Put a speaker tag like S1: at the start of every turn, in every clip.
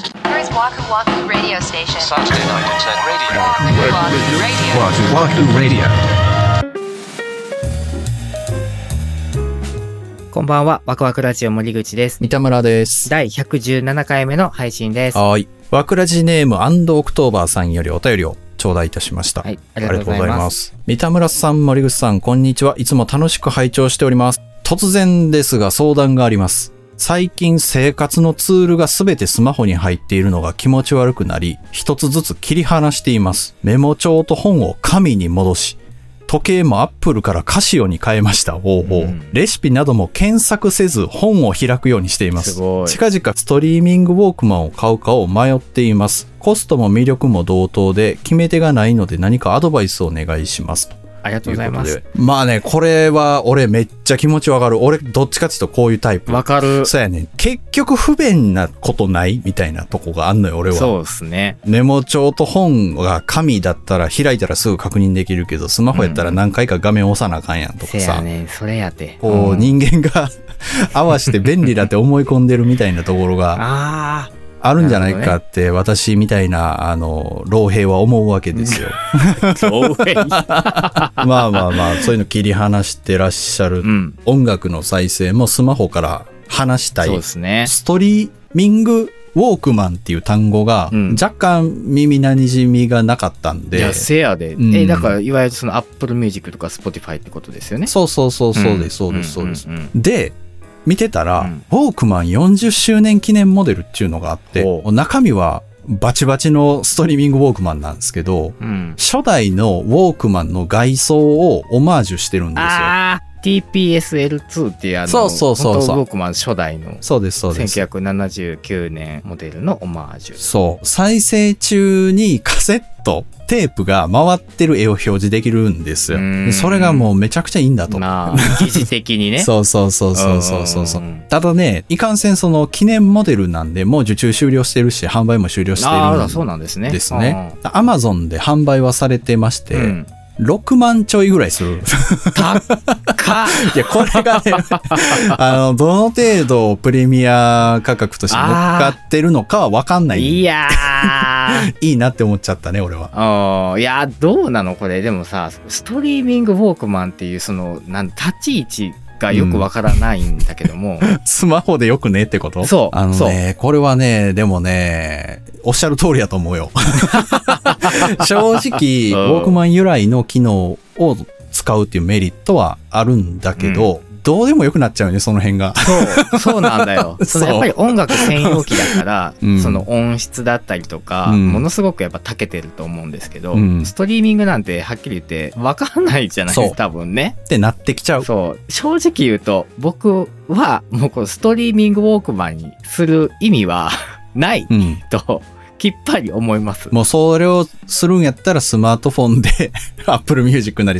S1: Waku Waku Radio Station.
S2: Saturday night at 10 radio.
S1: Waku Waku Radio.
S3: Wahoo Wahoo Radio.
S4: こんばんは、ワクワクラジオ森口です。
S5: 三田村です。
S4: 第117回目の配信です。は
S5: はーい。ワクラジネームオクトーバーさんよりお便りを頂戴いたしました。
S4: い、ありがとうございます。
S5: す。三田村さん、森口さん、こんにちは。いつも楽しく拝聴しております。突然ですが相談があります。最近生活のツールがすべてスマホに入っているのが気持ち悪くなり、一つずつ切り離しています。メモ帳と本を紙に戻し、時計もアップルからカシオに変えました。おうおうレシピなども検索せず本を開くようにしています。
S4: すごい
S5: 近々ストリーミングウォークマンを買うかを迷っています。コストも魅力も同等で決め手がないので何かアドバイスをお願いします。
S4: ありがとうございま
S5: と
S4: す
S5: う。ことでまあね、これは俺めっちゃ気持ちわかる。俺どっちかっていうとこういうタイプ。
S4: わかる。
S5: そうやねん。結局不便なことないみたいなとこがあんのよ、俺は。
S4: そうですね。
S5: メモ帳と本が紙だったら開いたらすぐ確認できるけど、スマホやったら何回か画面押さなあかんやんと
S4: せ
S5: かさ。
S4: やねん、それやて。
S5: こう、
S4: ん
S5: 人間が合わして便利だって思い込んでるみたいなところが
S4: あ
S5: あるんじゃないかって、私みたいな、あの、老兵は思うわけですよ。
S4: あ、そう。
S5: まあまあまあ、そういうの切り離してらっしゃる。
S4: うん。
S5: 音楽の再生もスマホから離したい
S4: そう。ですね。
S5: ストリーミングウォークマンっていう単語が、
S4: うん
S5: 若干耳なにじみがなかったん
S4: い
S5: で
S4: や、、せやで。
S5: うん
S4: え、だから、いわゆるその Apple Music とか Spotify ってことですよね。
S5: そうそうそうそうです、そ
S4: ん
S5: うです、そうです。
S4: んん
S5: で、見てたら、
S4: うん
S5: ウォークマン40周年記念モデルっていうのがあって
S4: ほ、
S5: 中身はバチバチのストリーミングウォークマンなんですけど、
S4: うんうん。
S5: 初代のウォークマンの外装をオマージュしてるんですよ。
S4: ああ、TPSL2 っていうあの、
S5: そうそうそうそ
S4: 本
S5: う
S4: 当ウォークマン初代の。
S5: そうです、そうです。
S4: 1979年モデルのオマージュ。
S5: そう。再生中にカセット、テープが回ってる絵を表示できるんですよ。
S4: うーん
S5: でそれがもうめちゃくちゃいいんだと。
S4: まあ、疑似的にね。
S5: そうそうそうそうそうそうそう
S4: うんうんうん
S5: ただね、いかんせんその記念モデルなんで、もう受注終了してるし、販売も終了してい
S4: ああ
S5: る
S4: ら、
S5: ん
S4: そうなんですね。
S5: ですね。アマゾンで販売はされてまして、
S4: うん うん。
S5: 6万ちょいぐらい する。
S4: たっか
S5: いや、これ がね、あの、どの程度プレミア価格として乗っかってるのかはわかんない。
S4: いやー。
S5: いいなって思っちゃったね、俺は。
S4: おーいやーどうなのこれでもさストリーミングウォークマンっていうそのなん立ち位置がよくわからないんだけども、
S5: スマホでよくねってこと
S4: そう
S5: あのね、これはね、でもね、おっしゃる通りだと思 うよ。正直、
S4: うん
S5: ウォークマン由来の機能を使うっていうメリットはあるんだけど、どうでもよくなっちゃうよね、その辺が。
S4: そうそうなんだよその
S5: そう
S4: やっぱり音楽専用機だから、
S5: うん
S4: その音質だったりとか、
S5: うん
S4: ものすごくやっぱ長けてると思うんですけど、
S5: うん
S4: ストリーミングなんてはっきり言ってわかんないじゃないです
S5: そ
S4: か
S5: う
S4: 多分ね
S5: ってなってきちゃう。
S4: そう正直言うと僕はもうこのストリーミングウォークマンにする意味は ない
S5: うん。
S4: ときっぱり思います。
S5: もうそれをするんやったらスマートフォンで Apple Music なり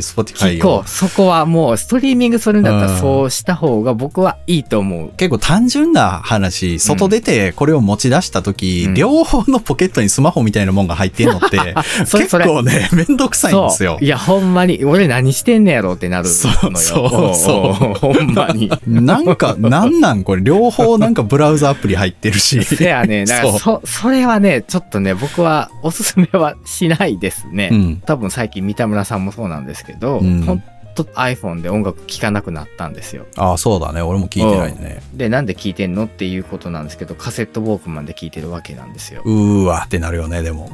S4: 聞
S5: Spotify を
S4: こう、そこはもうストリーミングするんだった
S5: うん
S4: らそうした方が僕はいいと思う。
S5: 結構単純な話、外出てこれを持ち出した時、
S4: うん
S5: 両方のポケットにスマホみたいなもんが入ってんのって、
S4: それ
S5: 結構ね、めんどくさいんですよ
S4: そうい。や、ほんまに、俺何してんねやろってなるのよ。
S5: そうそうそう
S4: おうお うほんま に。
S5: なん か、なんなんこれ、両方なんかブラウザアプリ入ってるし。
S4: せや ね、だから
S5: そう
S4: そ、それはね、ちょっとね、僕はおすすめはしないですね。
S5: うん。
S4: 多分最近三田村さんもそうなんですけど、
S5: うん
S4: ほんと iPhone で音楽聴かなくなったんですよ。
S5: ああ、そうだね。俺も聞いてないね。
S4: で、なんで聴いてんのっていうことなんですけど、カセットウォークマンで聴いてるわけなんですよ。
S5: う
S4: ね
S5: ーわってなるよね、でも。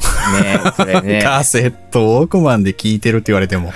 S4: これね。
S5: カセットウォークマンで聞いてるって言われて も。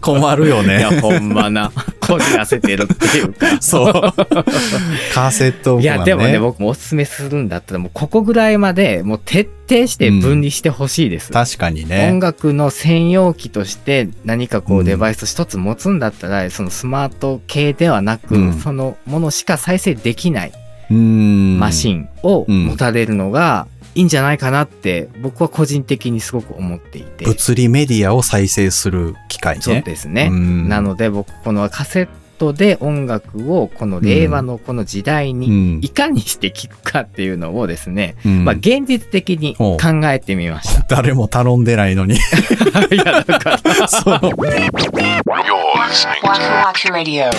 S5: 困るよ
S4: い
S5: ね。
S4: や、ほんま な。こじらせてるっていうか。
S5: そう。 カセットウォ
S4: い
S5: ークマ
S4: や、
S5: ン、ね。
S4: でもね、僕もおすすめするんだったら、もうここぐらいまで、もう徹底して分離してほしいです。
S5: 確かに
S4: 音
S5: ね。
S4: 楽の専用機として何かこ
S5: うん
S4: うデバイス一つ持つんだったら、そのスマート系ではなく、
S5: うん
S4: そのものしか再生できないう
S5: ーん。
S4: マシ
S5: ン。
S4: ンを
S5: うん
S4: 持たれるのがいいんじゃないかなって僕は個人的にすごく思っていて。
S5: 物理メディアを再生する機械ね。
S4: そうですね。
S5: うん
S4: なので僕このカセットで音楽をこの令和のこの時代
S5: う
S4: に
S5: ん
S4: い。かにして聞くかっていうのをですね、
S5: うん
S4: まあ現実的に考えてみまし
S5: 誰も頼んでな いのに。
S4: た。いやだから
S5: そう。
S2: You're listening
S1: Waku Waku Radio.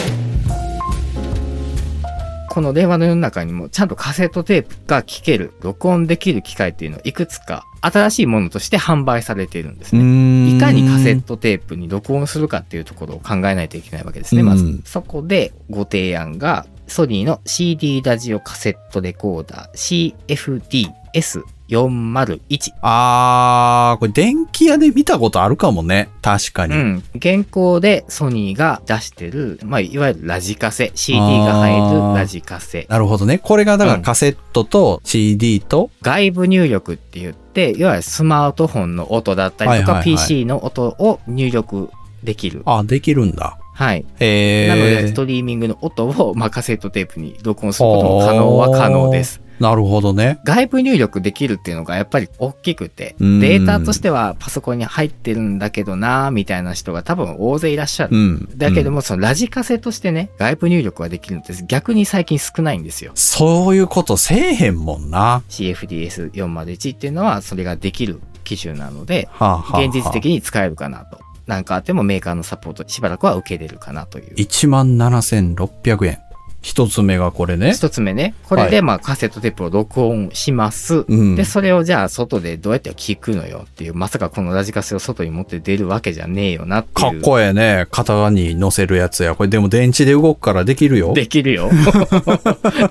S4: この令和の世の中にもちゃんとカセットテープが聴ける、録音できる機械っていうのをいくつか新しいものとして販売されているんですね。いかにカセットテープに録音するかっていうところを考えないといけないわけですね、ま
S5: う
S4: ず
S5: ん。
S4: そこでご提案が、ソニーの CD ラジオカセットレコーダー CFDS401。
S5: あー、これ電気屋で見たことあるかもね。確かに。
S4: うん。現行でソニーが出してる、まあ、いわゆるラジカセ、CD が入るラジカセ。
S5: なるほどね。これがだか
S4: う
S5: ら
S4: ん
S5: カセットと CD と、
S4: 外部入力って言って、いわゆるスマートフォンの音だったりとか、
S5: はいはいはい
S4: PC の音を入力できる。
S5: あ、できるんだ。
S4: はい。
S5: えー、
S4: なので、ストリーミングの音を、まあ、カセットテープに録音することも可能は可能です。
S5: なるほどね。
S4: 外部入力できるっていうのがやっぱり大きくて、
S5: うん
S4: データとしてはパソコンに入ってるんだけどなーみたいな人が多分大勢いらっしゃ
S5: う
S4: る。
S5: ん。
S4: だけど
S5: うん
S4: も、そのラジカセとしてね、外部入力ができるのって逆に最近少ないんですよ。
S5: そういうことせえへんもんな。
S4: CFDS401 っていうのはそれができる機種なので、
S5: はあ、はあ、
S4: 現実的に使えるかなと。なんかあってもメーカーのサポートしばらくは受けれるかなという。
S5: 17,600円。一つ目がこれね。
S4: 一つ目ね、これ
S5: は
S4: でまあカセットテープを録音します。
S5: うん。
S4: で、それをじゃあ外でどうやって聞くのよっていう、まさかこのラジカセを外に持って出るわけじゃねえよなって
S5: か
S4: い
S5: っ
S4: う。
S5: こええね。型に乗せるやつや。これでも電池で動くからできるよ。
S4: できる よ。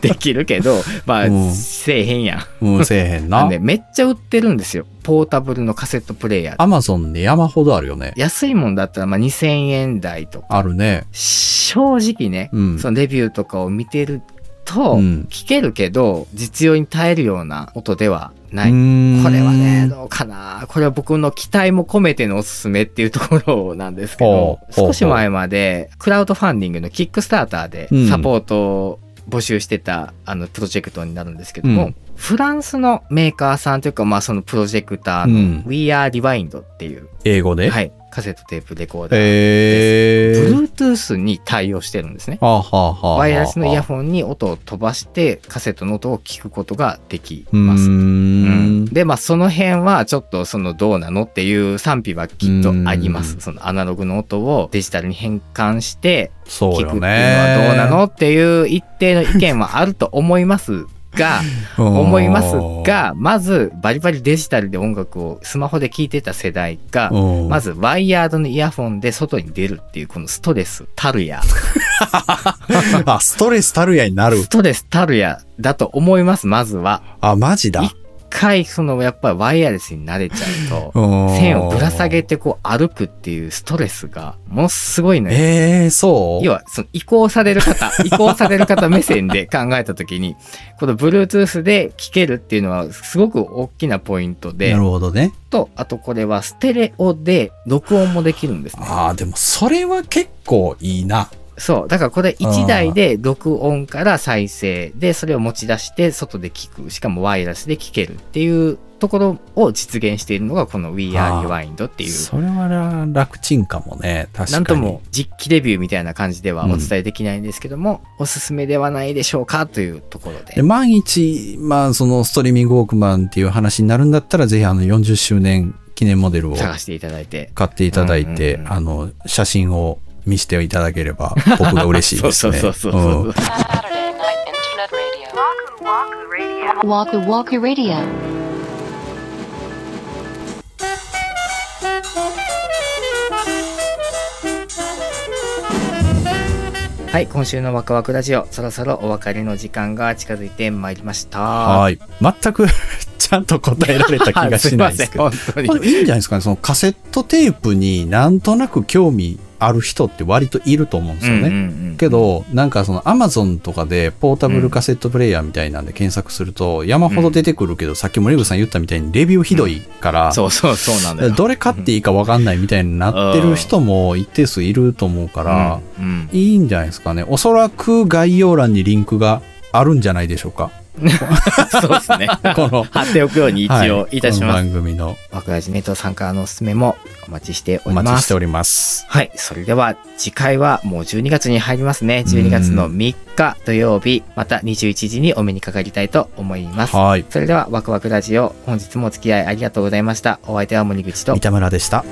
S4: できるけど、まあ、
S5: うん
S4: せえへんやん。
S5: うん、せえへん
S4: なん
S5: な。
S4: で、めっちゃ売ってるんですよ。ポータブルのカセットプレイヤー。
S5: アマゾンで山ほどあるよね。
S4: 安いもんだったら、まあ、2000円台とか。
S5: あるね。
S4: 正直ね、
S5: うん
S4: そのレビューとかを見てると、
S5: うん
S4: 聞けるけど、実用に耐えるような音ではない。
S5: うーん
S4: これはね、どうかな。これは僕の期待も込めてのおすすめっていうところなんですけど
S5: ほ、うほう
S4: 少し前まで、クラウドファンディングのキックスターターで
S5: うん
S4: サポートを募集してた、あの、プロジェクトになるんですけども、
S5: うん
S4: フランスのメーカーさんというか、まあ、そのプロジェクター
S5: う
S4: の、
S5: ん。
S4: We Are Rewind っていう、
S5: 英語で
S4: はい、カセットテープレコーダー。
S5: えー。
S4: Bluetooth に対応してるんですね。
S5: はあ、はあはあはあ、
S4: ワイヤレスのイヤホンに音を飛ばしてカセットの音を聞くことができ
S5: うー
S4: ます。うん
S5: ん。
S4: で、まあ、その辺はちょっとそのどうなのっていう賛否はきっとありま
S5: う
S4: す。
S5: ん
S4: そのアナログの音をデジタルに変換して
S5: そ
S4: 聞
S5: う
S4: くってい
S5: よ
S4: うの
S5: ね。
S4: はどうなのっていう一定の意見はあると思います が、
S5: うん
S4: 思います、が、まずバリバリデジタルで音楽をスマホで聴いてた世代が、
S5: うん
S4: まずワイヤードのイヤホンで外に出るっていうこのストレスたるや。
S5: あ、ストレスたるやになる
S4: ス。トレスたるやだと思います、まずは。
S5: あ、マジだ。
S4: 一回、その、やっぱりワイヤレスに慣れちゃうと、線
S5: 線
S4: をぶら下げてこう歩くっていうストレスが、ものすごいのよ。
S5: ええー、そう
S4: 要は、その移行される 方、移行される方目線で考えたときに、この Bluetooth で聞けるっていうのはすごく大きなポイントで
S5: なる、ほどね。
S4: と、あとこれはステレオで録音もできるんですね。
S5: ああ、でもそれは結構いいな。
S4: そう。だからこれ1台で録音から再生で、それを持ち出して外で聞く。しかもワイヤレスで聞けるっていうところを実現しているのがこの We
S5: あ
S4: Are
S5: ー
S4: Rewind っていう。
S5: それはな楽ちんかもね。確かに。
S4: なんとも実機レビューみたいな感じではお伝えできないんですけども、おすすめではないでしょうかというところで。
S5: で万一、まあ、そのストリーミングウォークマンっていう話になるんだったら、ぜひあの40周年記念モデルを
S4: 探していただいて。
S5: 買っていただいて、
S4: うんうんうん
S5: あの、写真を見せていただければ、僕が嬉しいです ね。
S4: そうそうそうそう。
S5: うん
S2: Saturday Night Internet Radio.
S1: Waku Waku Radio.
S4: はい、今週のワクワクラジオ、そろそろお別れの時間が近づいてまいりました。は
S5: はい。全く、 ちゃんと答えられた気がしないですけど。
S4: すいません、本当に
S5: まあ。でもいいんじゃないですかね。そのカセットテープになんとなく興味ある人って割といると思うんですよね。
S4: うんうんうん
S5: けど、なんかその Amazon とかでポータブルカセットプレイヤーみたいなんで検索すると山ほど出てくるけど、さっき森口さん言ったみたいにレビューひどいから、
S4: そうそうそうなんだよ。
S5: どれ買っていいかわかんないみたいになってる人も一定数いると思うから、
S4: うんうん
S5: いいんじゃないですかね。おそらく概要欄にリンクがあるんじゃないでしょうか。
S4: そうですね。、
S5: こ の
S4: 貼っておくように一応いたします。
S5: はいこの番組の
S4: 枠ラジネットさんからのおすすめもお待ちしてお
S5: お
S4: り
S5: 待
S4: ま
S5: ちして
S4: す。
S5: おります。
S4: はい。それでは次回はもう12月に入りますね。12月の3日土曜日、また21時にお目にかかりたいと思います。
S5: はい。
S4: それではワクワクラジオ、本日もお付き合いありがとうございました。お相手は森口と
S5: 三田村でした。